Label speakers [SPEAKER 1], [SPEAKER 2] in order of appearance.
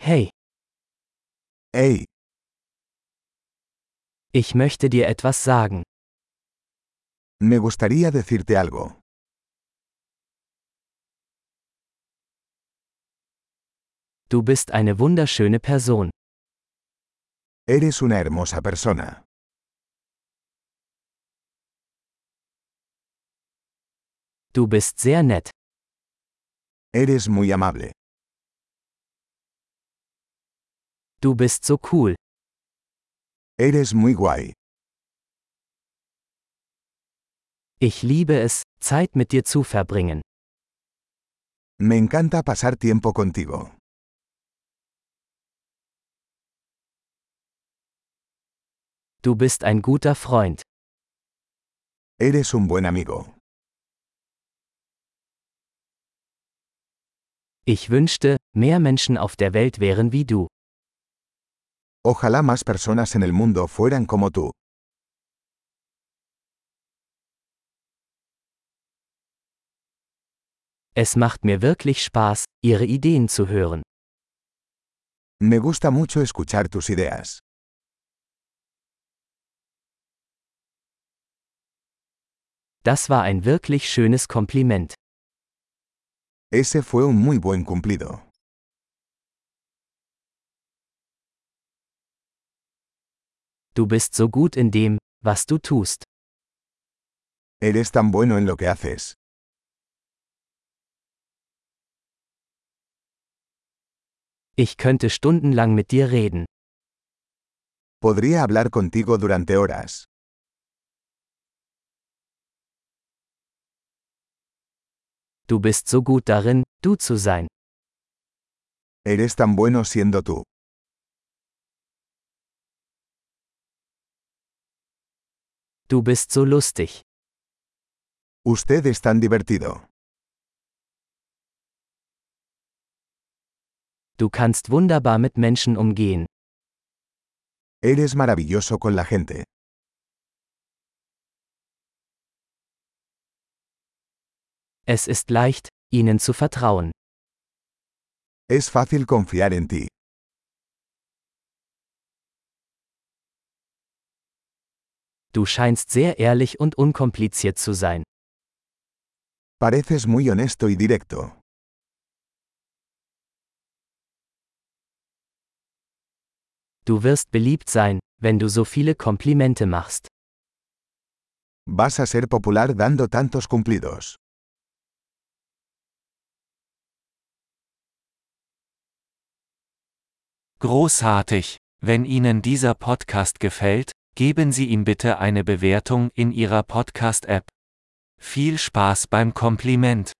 [SPEAKER 1] Hey,
[SPEAKER 2] Ey,
[SPEAKER 1] ich möchte dir etwas sagen.
[SPEAKER 2] me gustaría decirte algo.
[SPEAKER 1] Du bist eine wunderschöne Person.
[SPEAKER 2] Eres una hermosa persona.
[SPEAKER 1] Du bist sehr nett.
[SPEAKER 2] Eres muy amable.
[SPEAKER 1] Du bist so cool.
[SPEAKER 2] Eres muy guay.
[SPEAKER 1] Ich liebe es, Zeit mit dir zu verbringen.
[SPEAKER 2] Me encanta pasar tiempo contigo.
[SPEAKER 1] Du bist ein guter Freund.
[SPEAKER 2] Eres un buen amigo.
[SPEAKER 1] Ich wünschte, mehr Menschen auf der Welt wären wie du.
[SPEAKER 2] Ojalá más personas en el mundo fueran como tú.
[SPEAKER 1] Es macht mir wirklich Spaß, ihre Ideen zu hören.
[SPEAKER 2] Me gusta mucho escuchar tus ideas.
[SPEAKER 1] Das war ein wirklich schönes Kompliment.
[SPEAKER 2] Ese fue un muy buen cumplido.
[SPEAKER 1] Du bist so gut in dem, was du tust.
[SPEAKER 2] Eres tan bueno en lo que haces.
[SPEAKER 1] Ich könnte stundenlang mit dir reden.
[SPEAKER 2] Podría hablar contigo durante horas.
[SPEAKER 1] Du bist so gut darin, du zu sein.
[SPEAKER 2] Eres tan bueno siendo tú.
[SPEAKER 1] Du bist so lustig.
[SPEAKER 2] Usted es tan divertido.
[SPEAKER 1] Du kannst wunderbar mit Menschen umgehen.
[SPEAKER 2] Eres maravilloso con la gente.
[SPEAKER 1] Es ist leicht, ihnen zu vertrauen.
[SPEAKER 2] Es fácil confiar en ti.
[SPEAKER 1] Du scheinst sehr ehrlich und unkompliziert zu sein.
[SPEAKER 2] Pareces muy honesto y directo.
[SPEAKER 1] Du wirst beliebt sein, wenn du so viele Komplimente machst.
[SPEAKER 2] Vas a ser popular dando tantos cumplidos.
[SPEAKER 3] Großartig! Wenn Ihnen dieser Podcast gefällt, geben Sie ihm bitte eine Bewertung in Ihrer Podcast-App. Viel Spaß beim Kompliment!